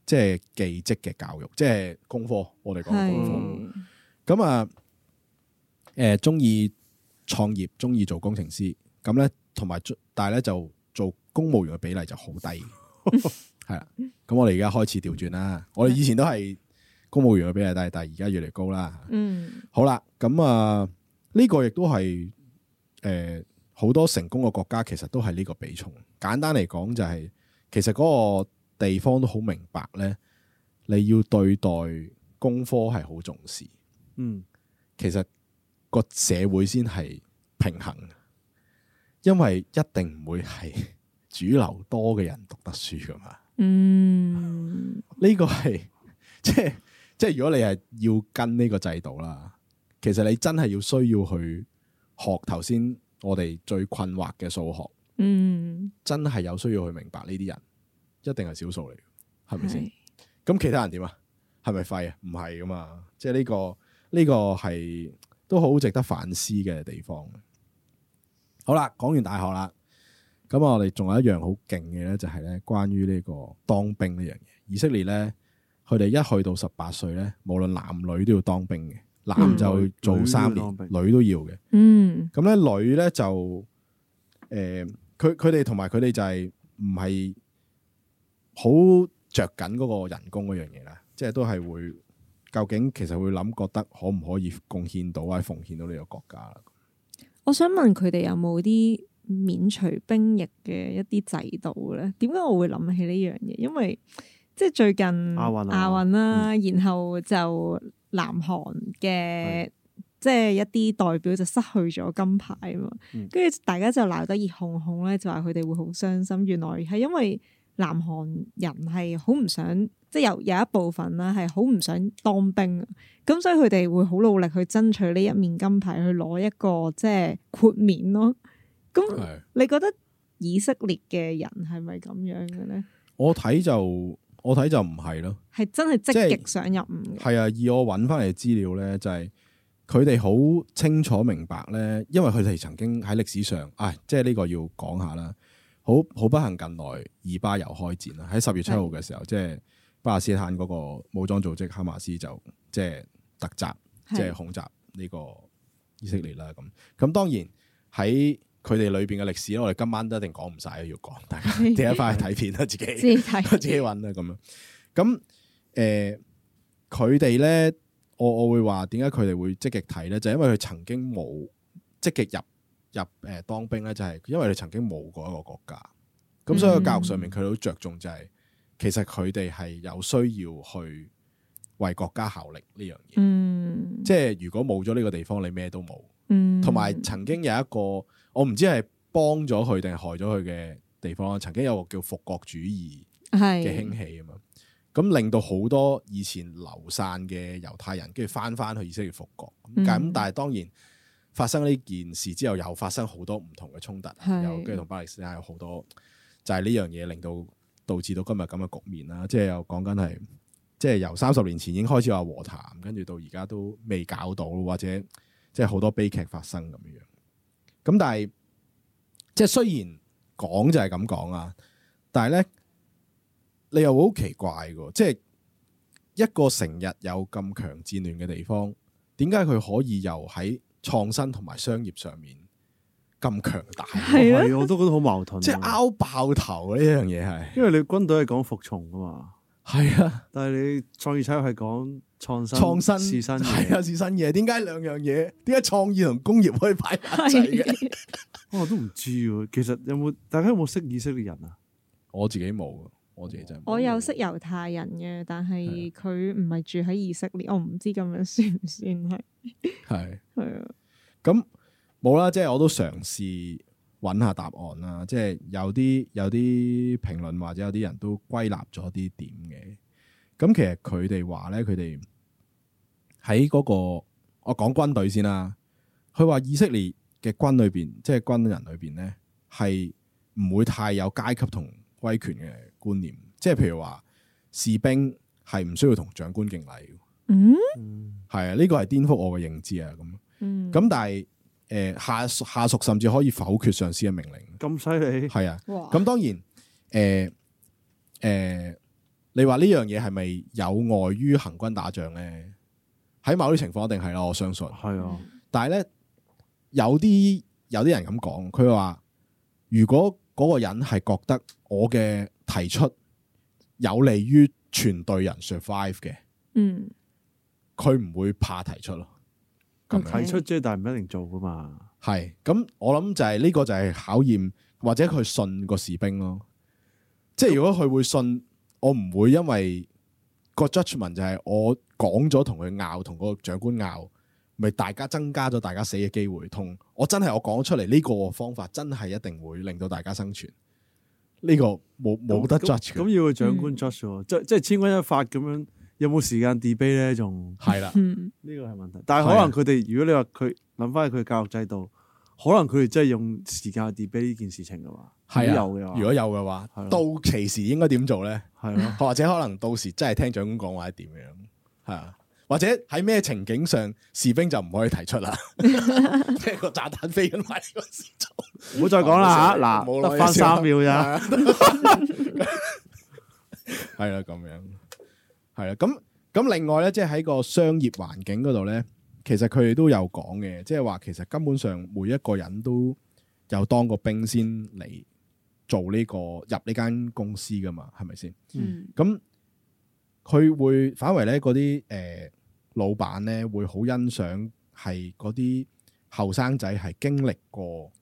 Speaker 2: 即係技職嘅教育，即係工科，我哋講嘅工科。
Speaker 4: 係
Speaker 2: 咁啊，誒中意創業，中意做工程師，咁咧同埋做但係咧就做公務員嘅比例就好低，係啦。咁我哋而家開始調轉啦，我哋以前都係公務員嘅比例低，但係而家越嚟越高啦。
Speaker 4: 嗯
Speaker 2: 好啦，咁啊呢個亦都係誒好多成功嘅國家其實都係呢個比重。簡單嚟講就係、其實嗰個地方都好明白咧，你要對待工科係好重視。
Speaker 3: 嗯，
Speaker 2: 其實個社會先係平衡，因為一定唔會係主流多嘅人讀得書噶嘛。
Speaker 4: 嗯
Speaker 2: 呢個係 即係即係，如果你係要跟呢個制度啦，其實你真係要需要去學頭先我哋最困惑嘅數學，
Speaker 4: 嗯，
Speaker 2: 真係有需要去明白呢啲人，一定係少數嚟，係咪先
Speaker 4: 係？
Speaker 2: 咁其他人點啊？係咪廢啊？唔係噶嘛，即係呢、個呢、個係都好值得反思嘅地方。好啦，講完大學啦，咁我哋仲有一樣好勁嘅咧，就係咧關於呢個當兵呢樣嘢。以色列咧，佢哋一去到十八歲咧，無論男女都要當兵嘅，男
Speaker 4: 嗯
Speaker 2: 就做三年
Speaker 3: 女都要當，
Speaker 2: 女都要嘅。
Speaker 4: 嗯
Speaker 2: 咁咧女咧就诶，佢佢哋同埋佢哋就係唔係好着緊嗰個人工嗰樣嘢啦，即係都係會究竟其實會諗覺得可唔可以貢獻到啊，奉獻到呢個國家啦。
Speaker 4: 我想問佢哋有冇啲免除兵役嘅一啲制度咧？點解我會諗起呢樣嘢？因為即係最近亞
Speaker 3: 運啊
Speaker 4: 亞運啦，然後就南韓嘅即係一啲代表就失去咗金牌啊嘛
Speaker 3: 嗯，
Speaker 4: 跟住大家就鬧得熱烘烘咧，就話佢哋會好傷心。原來係因為南韓人係好唔想，即係有有一部分啦係好唔想當兵啊。咁所以佢哋會好努力去爭取呢一面金牌，去攞一個即係豁免咯。咁
Speaker 2: 係
Speaker 4: 你覺得以色列嘅人係咪咁樣嘅咧？
Speaker 2: 我睇就我睇就唔係咯，
Speaker 4: 係真係
Speaker 2: 即
Speaker 4: 積
Speaker 2: 係
Speaker 4: 極想入伍嘅？
Speaker 2: 係啊，以我揾翻嚟嘅資料咧，就係佢哋好清楚明白咧，因為佢哋曾經喺歷史上，唉，即係呢個要講下啦。好好不幸，近來以巴又開戰啊啦，喺十月七號嘅時候，即係巴勒斯坦嗰個武裝組織哈馬斯就即係突襲，即係
Speaker 4: 係
Speaker 2: 恐襲呢個以色列啦。咁咁當然喺佢哋裏邊嘅歷史咧，我哋今晚都一定講唔晒，要講大家 第一翻去睇片啦，自己
Speaker 4: 自己
Speaker 2: 我自己
Speaker 4: 睇，
Speaker 2: 揾啦咁樣。咁誒，佢哋咧，我我會話點解佢哋會積極睇咧？就係因為佢曾經冇積極入入誒、呃、當兵咧，就係、因為佢曾經冇過一個國家。
Speaker 4: 嗯
Speaker 2: 咁所以喺教育上面，佢哋好着重就係、其實佢哋係有需要去為國家效力呢樣嘢。
Speaker 4: 嗯，
Speaker 2: 即係如果冇咗呢個地方，你咩都冇。
Speaker 4: 嗯，
Speaker 2: 同埋曾經有一個我唔知係幫咗佢定係害咗佢嘅地方啦。曾經有個叫復國主義。嘅
Speaker 4: 係
Speaker 2: 興起啊嘛。咁令到好多以前流散嘅猶太人，跟住翻翻去以色列復國。咁咁、
Speaker 4: 嗯
Speaker 2: 但係當然發生呢件事之後，又發生好多唔同嘅衝突，啊
Speaker 4: 係
Speaker 2: 又跟住同巴勒斯坦有好多，就係呢樣嘢令到導致到今日咁嘅局面啦。即係又講緊係，即係由三十年前已經開始話和談，跟住到而家都未搞到，或者即係好多悲劇發生咁樣。咁但係即係雖然講就係咁講啊，但係咧你又會好奇怪嘅，即係一個成日有咁強戰亂嘅地方，點解佢可以又喺創新同埋商業上面咁強 大？
Speaker 4: 係啊
Speaker 3: 嗯係我都覺得好矛盾啊。
Speaker 2: 即係拗爆頭啊呢樣嘢係
Speaker 3: 因為你軍隊係講服從噶嘛，
Speaker 2: 係啊，
Speaker 3: 但係你創意產業係講創新、
Speaker 2: 創新
Speaker 3: 試新
Speaker 2: 係
Speaker 3: 嘢。
Speaker 2: 啊，試新嘢。點解兩樣嘢？點解創意同工業可以擺埋一齊 嘅？
Speaker 3: 哇哦我都唔知喎。其實有冇大家有冇識以色列人啊？
Speaker 2: 我自己冇，啊我自己真係冇
Speaker 4: 我有識猶太人嘅，但係
Speaker 2: 啊
Speaker 4: 佢唔係住喺以色列，我唔知咁樣算唔算係
Speaker 2: 係。
Speaker 4: 係啊。
Speaker 2: 咁冇啦，即係我都嘗試揾下答案啦。即係有啲有啲評論或者有啲人都歸納咗啲點嘅。咁其實佢哋話咧，佢哋喺嗰個我講軍隊先啦。佢話以色列嘅軍裏邊，即係軍人裏邊咧，係唔會太有階級同威權嘅觀念。即係譬如話士兵係唔需要同長官敬禮嘅，
Speaker 4: 嗯
Speaker 3: 嗯，
Speaker 2: 係啊，呢個係顛覆我嘅認知啊咁。
Speaker 4: 嗯，
Speaker 2: 咁但係誒、下屬下屬甚至可以否決上司嘅命令，
Speaker 3: 咁犀利，
Speaker 2: 係啊。
Speaker 4: 哇
Speaker 2: 咁當然誒誒、你話呢樣嘢係咪有礙於行軍打仗咧？喺某啲情況一定係啦，我相信。
Speaker 3: 係啊，
Speaker 2: 但係咧，有啲有啲人咁講，佢話如果嗰個人係覺得我嘅提出有利於全隊人 survive 嘅，
Speaker 4: 嗯
Speaker 2: 佢唔會怕提出咯。咁樣
Speaker 4: OK
Speaker 3: 提出啫，但係唔一定做噶嘛。
Speaker 2: 系咁，我諗就係呢、個就係考驗或者佢信個士兵咯。即係如果佢會信，我唔會因為個 judgment 就係我講咗同佢拗，同個長官拗，咪大家增加咗大家死嘅機會。同我真係我講出嚟呢個方法，真係一定會令到大家生存。呢、個冇冇得
Speaker 3: 咁
Speaker 2: judge
Speaker 3: 咁
Speaker 2: 嘅，嗯
Speaker 3: 要個長官 judge 喎，即即係千鈞一髮咁樣，有冇時間 debate 咧？仲
Speaker 2: 係啦，
Speaker 4: 嗯
Speaker 3: 呢個係問題。但係可能佢哋，如果你話佢諗翻佢嘅教育制度，可能佢哋真係用時間去 debate 呢件事情嘅話，
Speaker 2: 係啊。
Speaker 3: 如果有嘅話，
Speaker 2: 如果有嘅話
Speaker 3: 係，咯
Speaker 2: 到期時應該點做咧？
Speaker 3: 係咯，
Speaker 2: 或者可能到時真係聽長官講或者點樣，係啊，或者喺咩情景上士兵就唔可以提出啦，即係個炸彈飛緊埋嚟嗰時就
Speaker 3: 唔好再 講啦嚇，
Speaker 2: 冇
Speaker 3: 嗱
Speaker 2: 啦
Speaker 3: 得翻三 秒咋。，
Speaker 2: 係啦咁樣，係啦咁咁另外咧，即係喺個商業環境嗰度咧，其實佢哋都有講嘅，即係話其實根本上每一個人都有當過兵先嚟做呢、個入呢間公司噶嘛，係咪先？
Speaker 4: 嗯
Speaker 2: 咁佢會反為咧嗰啲誒老闆咧會好欣賞係嗰啲後生仔係經歷過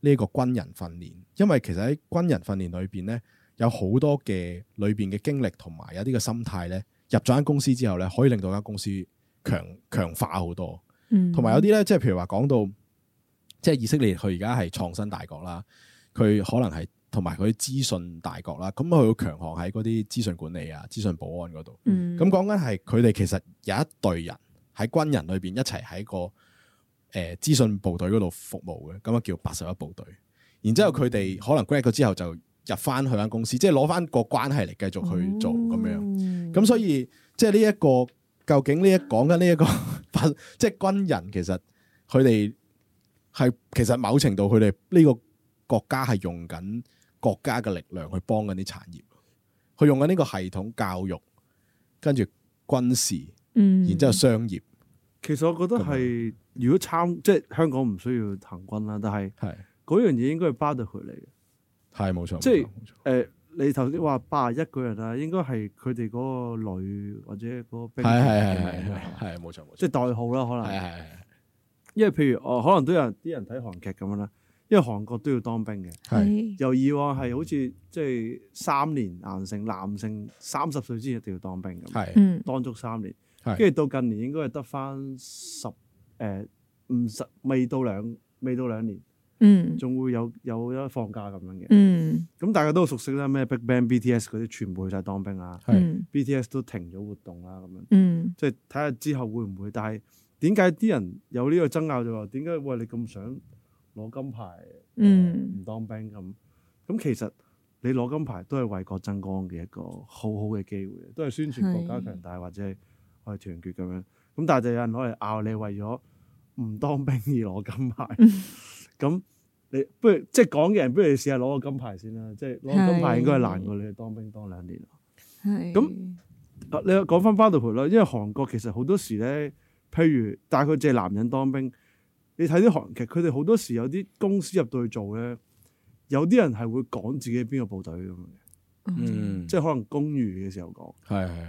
Speaker 2: 呢個軍人訓練，因為其實喺軍人訓練裏邊咧有好多嘅裏邊嘅經歷同埋有啲嘅心態咧，入咗間公司之後咧，可以令到間公司強強化好多。
Speaker 4: 嗯，
Speaker 2: 同埋有啲咧，即係譬如話講到，即係以色列佢而家係創新大國啦，佢可能係同埋佢資訊大國啦，咁佢強項喺嗰啲資訊管理啊、資訊保安嗰度。
Speaker 4: 嗯
Speaker 2: 咁講緊係佢哋其實有一隊人喺軍人裏邊一齊喺個誒資訊部隊嗰度服務嘅，咁啊叫八十一部隊。然之後佢
Speaker 4: 嗯
Speaker 2: 哋可能 grad 咗之後就入翻去間公司，即係攞翻個關係嚟繼續去做咁樣。
Speaker 4: 樣
Speaker 2: 咁所以即係呢一個究竟呢一講緊呢一個 法即係軍人其實佢哋係其實某程度佢哋呢個國家係用緊國家嘅力量去幫緊啲產業，佢用緊呢個系統教育，跟住軍事，
Speaker 4: 嗯，
Speaker 2: 然之後商業，
Speaker 3: 其實我覺得係，
Speaker 2: 啊
Speaker 3: 如果參即係香港唔需要行軍啦，但係
Speaker 2: 係
Speaker 3: 嗰樣嘢應該係巴特佢嚟嘅。
Speaker 2: 係冇錯，
Speaker 3: 即係
Speaker 2: 冇錯冇錯
Speaker 3: 誒，你頭先話八十一個人啊，應該係佢哋嗰個女或者嗰個兵
Speaker 2: 係
Speaker 3: 團
Speaker 2: 係
Speaker 3: 嘅
Speaker 2: 係
Speaker 3: 名
Speaker 2: 係
Speaker 3: 啊
Speaker 2: 係冇錯冇錯，
Speaker 3: 即係代號啦，可能
Speaker 2: 係係係係
Speaker 3: 因為譬如哦，可能都有人啲人睇韓劇咁樣啦，因為韓國都要當兵嘅，
Speaker 2: 係
Speaker 4: 係
Speaker 3: 由以往係好似即係三年硬性男性三十歲之前一定要當兵咁，
Speaker 2: 係
Speaker 4: 嗯
Speaker 3: 當足三年，
Speaker 2: 係
Speaker 3: 跟住到近年應該係得翻十誒五十，未到兩未到兩年，
Speaker 4: 嗯
Speaker 3: 仲會有有一放假咁樣嘅，
Speaker 4: 嗯嗯
Speaker 3: 咁大家都好熟悉啦，咩 Big Bang、BTS 嗰啲全部去晒當兵啊啦
Speaker 2: 係
Speaker 4: 嗯
Speaker 3: ，BTS 都停咗活動啦，咁樣
Speaker 4: 嗯
Speaker 3: 即係睇下之後會唔會。但係點解啲人有呢個爭拗就話點解喂你咁想攞金牌，
Speaker 4: 嗯
Speaker 3: 呃唔當兵咁？咁其實你攞金牌都係為國爭光嘅一個好好嘅機會，都係宣傳國家
Speaker 4: 係
Speaker 3: 強大或者係我哋團結咁樣。咁但係就有人攞嚟拗你為咗唔當兵而攞 金牌，咁你不如即係講嘅人，不如你試下攞個金牌先啦。即係攞個金牌應該係難過你去當兵當兩年。
Speaker 4: 係
Speaker 3: 咁啊，你講翻巴杜培啦，因為韓國其實好多時咧，譬如但係佢淨係男人當兵，你睇啲韓劇，佢哋好多時有啲公司入到去做咧，有啲人係會講自己邊個部隊咁樣嘅，
Speaker 4: 哦
Speaker 2: 嗯，
Speaker 3: 即係可能公寓嘅時候講。
Speaker 2: 係係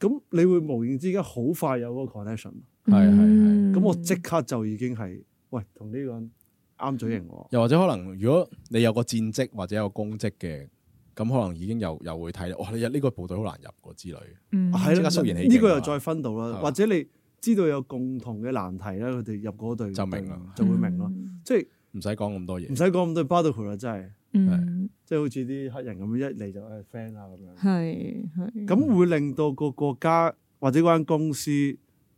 Speaker 3: 咁你會無形之間好快有嗰個 connection，
Speaker 2: 係係係，啊
Speaker 3: 咁我即刻就已經係喂同呢個人啱嘴型喎。
Speaker 2: 又或者可能如果你有個戰績或者有個功績嘅，咁可能已經又又會睇，哇！你呢個部隊好難入喎之類嘅。
Speaker 4: 嗯
Speaker 3: 係
Speaker 2: 即刻
Speaker 3: 啦，
Speaker 2: 肅然起敬
Speaker 3: 呢個
Speaker 2: 啊
Speaker 3: 又再分到啦，
Speaker 2: 係
Speaker 3: 或者你知道有共同嘅難題咧，佢哋入嗰隊
Speaker 2: 就明啦嗯
Speaker 3: 就會明咯。即係
Speaker 2: 唔使講咁多嘢
Speaker 3: 唔。使講咁多巴杜培啦，真係。
Speaker 4: 嗯
Speaker 3: 即係好似啲黑人咁樣一嚟就誒 friend 啊咁樣，
Speaker 4: 係係
Speaker 3: 咁會令到個國家或者嗰間公司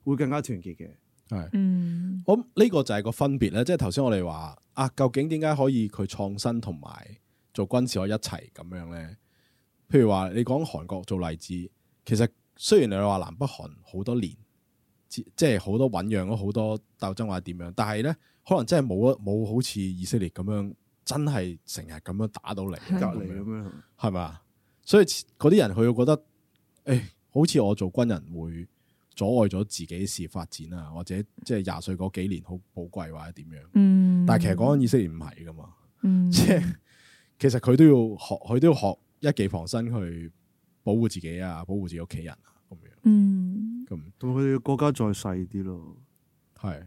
Speaker 3: 會更加團結嘅。
Speaker 2: 係，
Speaker 4: 嗯
Speaker 2: 我諗呢個就係個分別咧，即係頭先我哋話啊，究竟點解可以佢創新同埋做軍事可以一齊咁樣咧？譬如話你講韓國做例子，其實雖然你話南北韓好多年，即即係好多醖釀咗好多鬥爭或者點樣，但係咧可能真係冇冇好似以色列咁樣，真係成日咁樣打到嚟
Speaker 4: 係
Speaker 3: 隔離咁樣，
Speaker 2: 係咪啊？所以嗰啲人佢會覺得，誒、好似我做軍人會阻礙咗自己事業發展啊，或者即係廿歲嗰幾年好寶貴或者點樣。
Speaker 4: 嗯，
Speaker 2: 但係其實講緊以色列唔係噶嘛，
Speaker 4: 嗯
Speaker 2: 即係其實佢都要學，佢都要學一技防身去保護自己啊，保護自己屋企人啊，咁樣
Speaker 4: 嗯
Speaker 2: 咁
Speaker 3: 同埋佢哋嘅國家再細啲咯，
Speaker 2: 係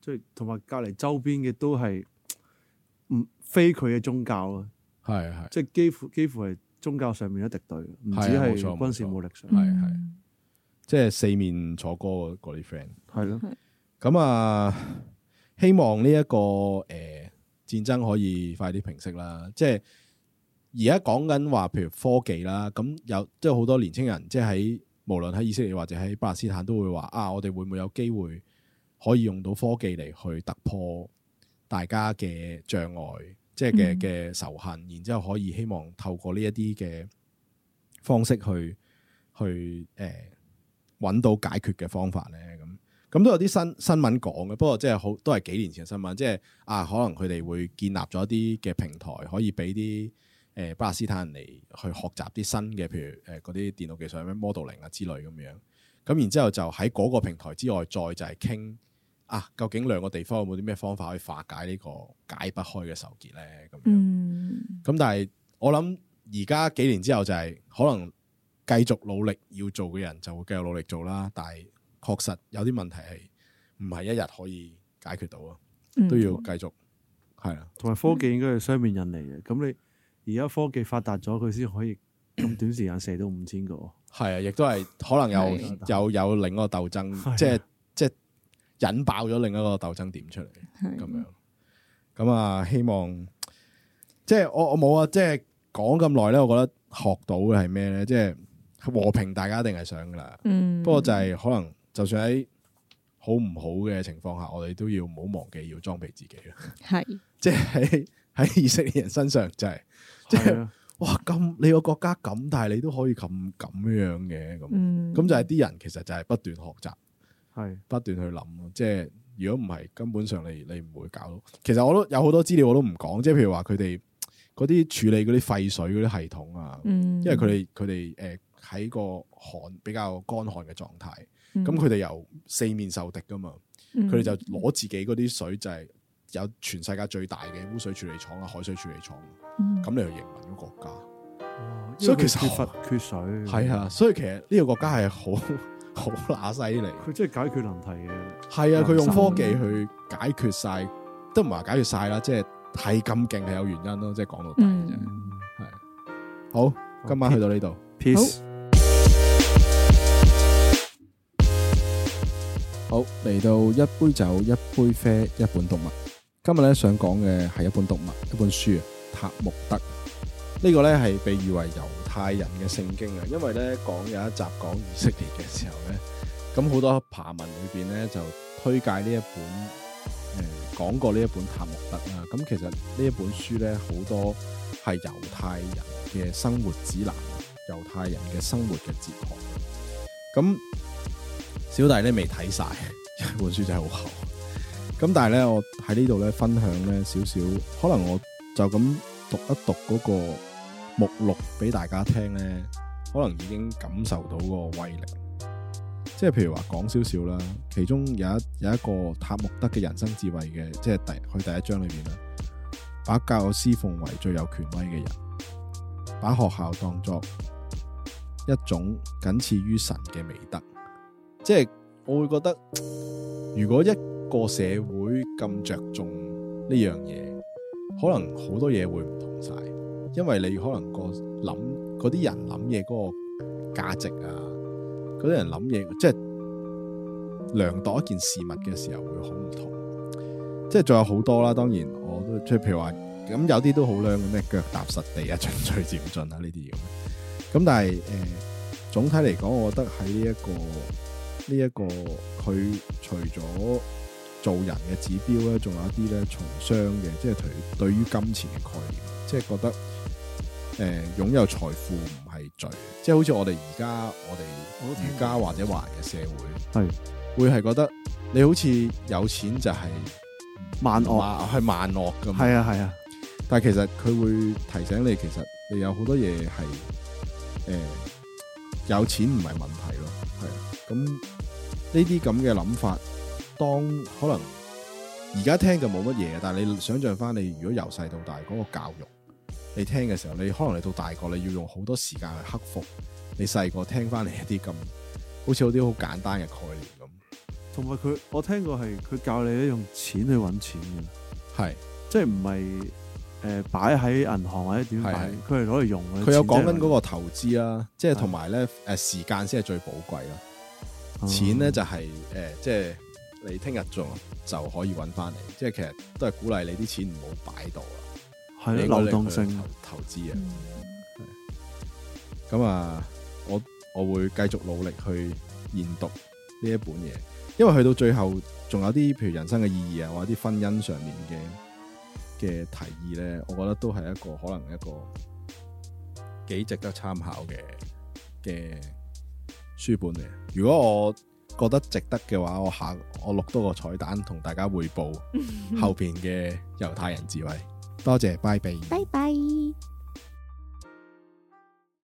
Speaker 3: 即係同埋隔離周邊嘅都係唔非佢嘅宗教咯，
Speaker 2: 係係
Speaker 3: 即係幾乎幾乎係宗教上面一敵對，唔止
Speaker 2: 係啊
Speaker 3: 係
Speaker 2: 冇錯
Speaker 3: 軍事武力上
Speaker 2: 冇。係係即係四面楚歌嗰啲 friend。
Speaker 3: 係咯，
Speaker 2: 咁啊，希望呢、一個诶、呃、戰爭可以快啲平息啦。即係而家講緊話，譬如科技啦，咁有即係好多年青人，即係喺無論喺以色列或者喺巴勒斯坦都會話啊，我哋會唔會有機會可以用到科技嚟去突破大家嘅障礙，即係嘅
Speaker 4: 嗯
Speaker 2: 嘅仇恨，然之後可以希望透過呢一啲嘅方式去去诶揾、到解決嘅方法咧咁。咁都有啲新新聞講嘅，不過即係好都係幾年前嘅新聞，即係啊，可能佢哋會建立咗一啲嘅平台，可以俾啲誒巴勒斯坦人嚟去學習啲新嘅，譬如誒呃嗰啲電腦技術咩 modeling 啊之類咁樣。咁然之後就喺嗰個平台之外，再就係傾啊，究竟兩個地方有冇啲咩方法可以化解呢個解不開嘅仇結咧？咁樣。
Speaker 4: 嗯
Speaker 2: 咁但係我諗而家幾年之後就係可能繼續努力要做嘅人就會繼續努力做啦，但係確實有啲問題係唔係一日可以解決到啊，
Speaker 3: 嗯
Speaker 4: 嗯
Speaker 2: 都要繼續係啊啦，
Speaker 3: 同埋科技應該係雙面人嚟嘅。咁你而家科技發達咗，佢先可以咁短時間射到五千個。
Speaker 2: 係啊，亦都係可能有
Speaker 3: 係啊
Speaker 2: 有有另一個鬥爭，
Speaker 3: 係啊
Speaker 2: 即係即係引爆咗另一個鬥爭點出嚟。
Speaker 4: 係
Speaker 2: 咁
Speaker 3: 嗯
Speaker 2: 樣。咁啊，希望即係我我冇啊，即係講咁耐咧，我覺得學到嘅係咩咧？即係和平，大家一定係想噶啦。
Speaker 4: 嗯，
Speaker 2: 不過就係可能，就算喺好唔好嘅情況下，我哋都要唔好忘記要裝備自己啦。
Speaker 4: 係
Speaker 2: 即係喺喺以色列人身上就係、即係
Speaker 3: 係啊，
Speaker 2: 哇咁你個國家咁，但係你都可以咁咁樣嘅咁。
Speaker 4: 嗯
Speaker 2: 咁就係啲人其實就係不斷學習。
Speaker 3: 係
Speaker 2: 不斷去諗咯。即係如果唔係，根本上你你唔會搞到。其實我都有好多資料我都唔講，即係譬如話佢哋嗰啲處理嗰啲廢水嗰啲系統啊，
Speaker 4: 嗯，
Speaker 2: 因為佢哋佢哋誒喺個旱比較乾旱嘅狀態，
Speaker 4: 咁
Speaker 2: 咁佢哋由四面受敵噶嘛，
Speaker 4: 嗯
Speaker 2: 佢哋就攞自己嗰啲水就係有全世界最大嘅污水處理廠啊、海水處理廠，咁
Speaker 4: 咁
Speaker 2: 你去營運個國家，
Speaker 3: 哦
Speaker 2: 所以其實
Speaker 3: 因為佢缺乏缺水。係
Speaker 2: 係啊，所以其實呢個國家係好 好乸犀利。
Speaker 3: 佢真係解決難題嘅，
Speaker 2: 係啊，佢用
Speaker 4: 心
Speaker 2: 科技去解決晒，都唔係話解決晒啦，即係係咁勁係有原因咯，即係講到底啫。
Speaker 4: 嗯
Speaker 2: 好，今晚去到呢度。
Speaker 3: peace。
Speaker 2: 好，嚟到一杯酒、一杯啡、一本讀物。今日咧想講嘅係一本讀物，一本書啊，塔木德。呢個呢係被譽為猶太人嘅聖經啊，因為呢講有一集講以色列嘅時候呢，咁好多爬文裏邊呢就推介呢一本誒講過呢一本《塔木德》啦。咁其實呢一本書呢，好多係猶太人嘅生活指南，猶太人嘅生活嘅哲學。咁小弟呢未睇晒，因 為本書真係好厚。咁但係呢，我喺呢度呢分享呢少少，可能我就咁。讀一讀嗰個目錄俾大家聽呢，可能已經感受到嗰個威力。即係譬如話講少少啦，其中有一有一個塔木德嘅人生智慧嘅，即係第佢第一章裏邊啦，把教師奉為最有權威嘅人，把學校當作一種僅次於神嘅美德。即係我會覺得，如果一個社會咁着重呢樣嘢。可能好多嘢會唔同晒，因為你可能個諗嗰啲人諗嘢嗰個價值啊，嗰啲人諗嘢即係量度一件事物嘅時候會好唔同，即係仲有好多啦。當然我都即係譬如話咁有啲都好靚嘅咩腳踏實地啊，循序漸進啊呢啲嘢。咁但係誒、呃、總體嚟講，我覺得喺呢一個呢一個佢除咗做人嘅指標咧，仲有一啲咧從商嘅，即係對對於金錢嘅概念，即係覺得誒、呃、擁有財富唔係罪，即係好似我哋而家我哋儒家或者華人嘅社會
Speaker 3: 係
Speaker 2: 會係覺得你好似有錢就係
Speaker 3: 萬惡，
Speaker 2: 話係萬惡咁，
Speaker 3: 哦係啊係啊，
Speaker 2: 但係其實佢會提醒你，其實你有好多嘢係誒有錢唔係問題咯，係啊。咁呢啲咁嘅諗法，當可能而家聽就冇乜嘢，但係你想象翻你如果由細到大嗰個教育，你聽嘅時候，你可能你到大個你要用好多時間去克服你細個聽翻嚟一啲咁好似有啲好簡單嘅概念咁，
Speaker 3: 同埋佢我聽過係佢教你咧用錢去揾錢嘅，
Speaker 2: 係。
Speaker 3: 即係唔係誒擺喺銀行或者點
Speaker 2: 係
Speaker 3: 擺
Speaker 2: 係，
Speaker 3: 佢係攞嚟用嘅。
Speaker 2: 佢有講
Speaker 3: 錢
Speaker 2: 緊
Speaker 3: 真係
Speaker 2: 嗰個投資啦，即係
Speaker 3: 係
Speaker 2: 同埋咧誒時間先係最寶貴啦。
Speaker 3: 哦
Speaker 2: 錢咧就係、誒、即係你聽日做就可以揾翻嚟，即係其實都係鼓勵你啲錢唔好擺到啊，
Speaker 3: 係
Speaker 2: 你
Speaker 3: 咯
Speaker 2: 應該
Speaker 3: 流動
Speaker 2: 去
Speaker 3: 性
Speaker 2: 投，投資啊。
Speaker 4: 嗯
Speaker 2: 咁啊，我我會繼續努力去研讀呢一本嘢，因為去到最後仲有啲譬如人生嘅意義啊，或者啲婚姻上面嘅嘅提議咧，我覺得都係一個可能一個幾值得參考嘅嘅書本嚟。如果我覺得值得嘅話，我下我錄多個彩蛋同大家匯報後邊嘅猶太人智慧。多謝，拜拜。
Speaker 5: 拜拜。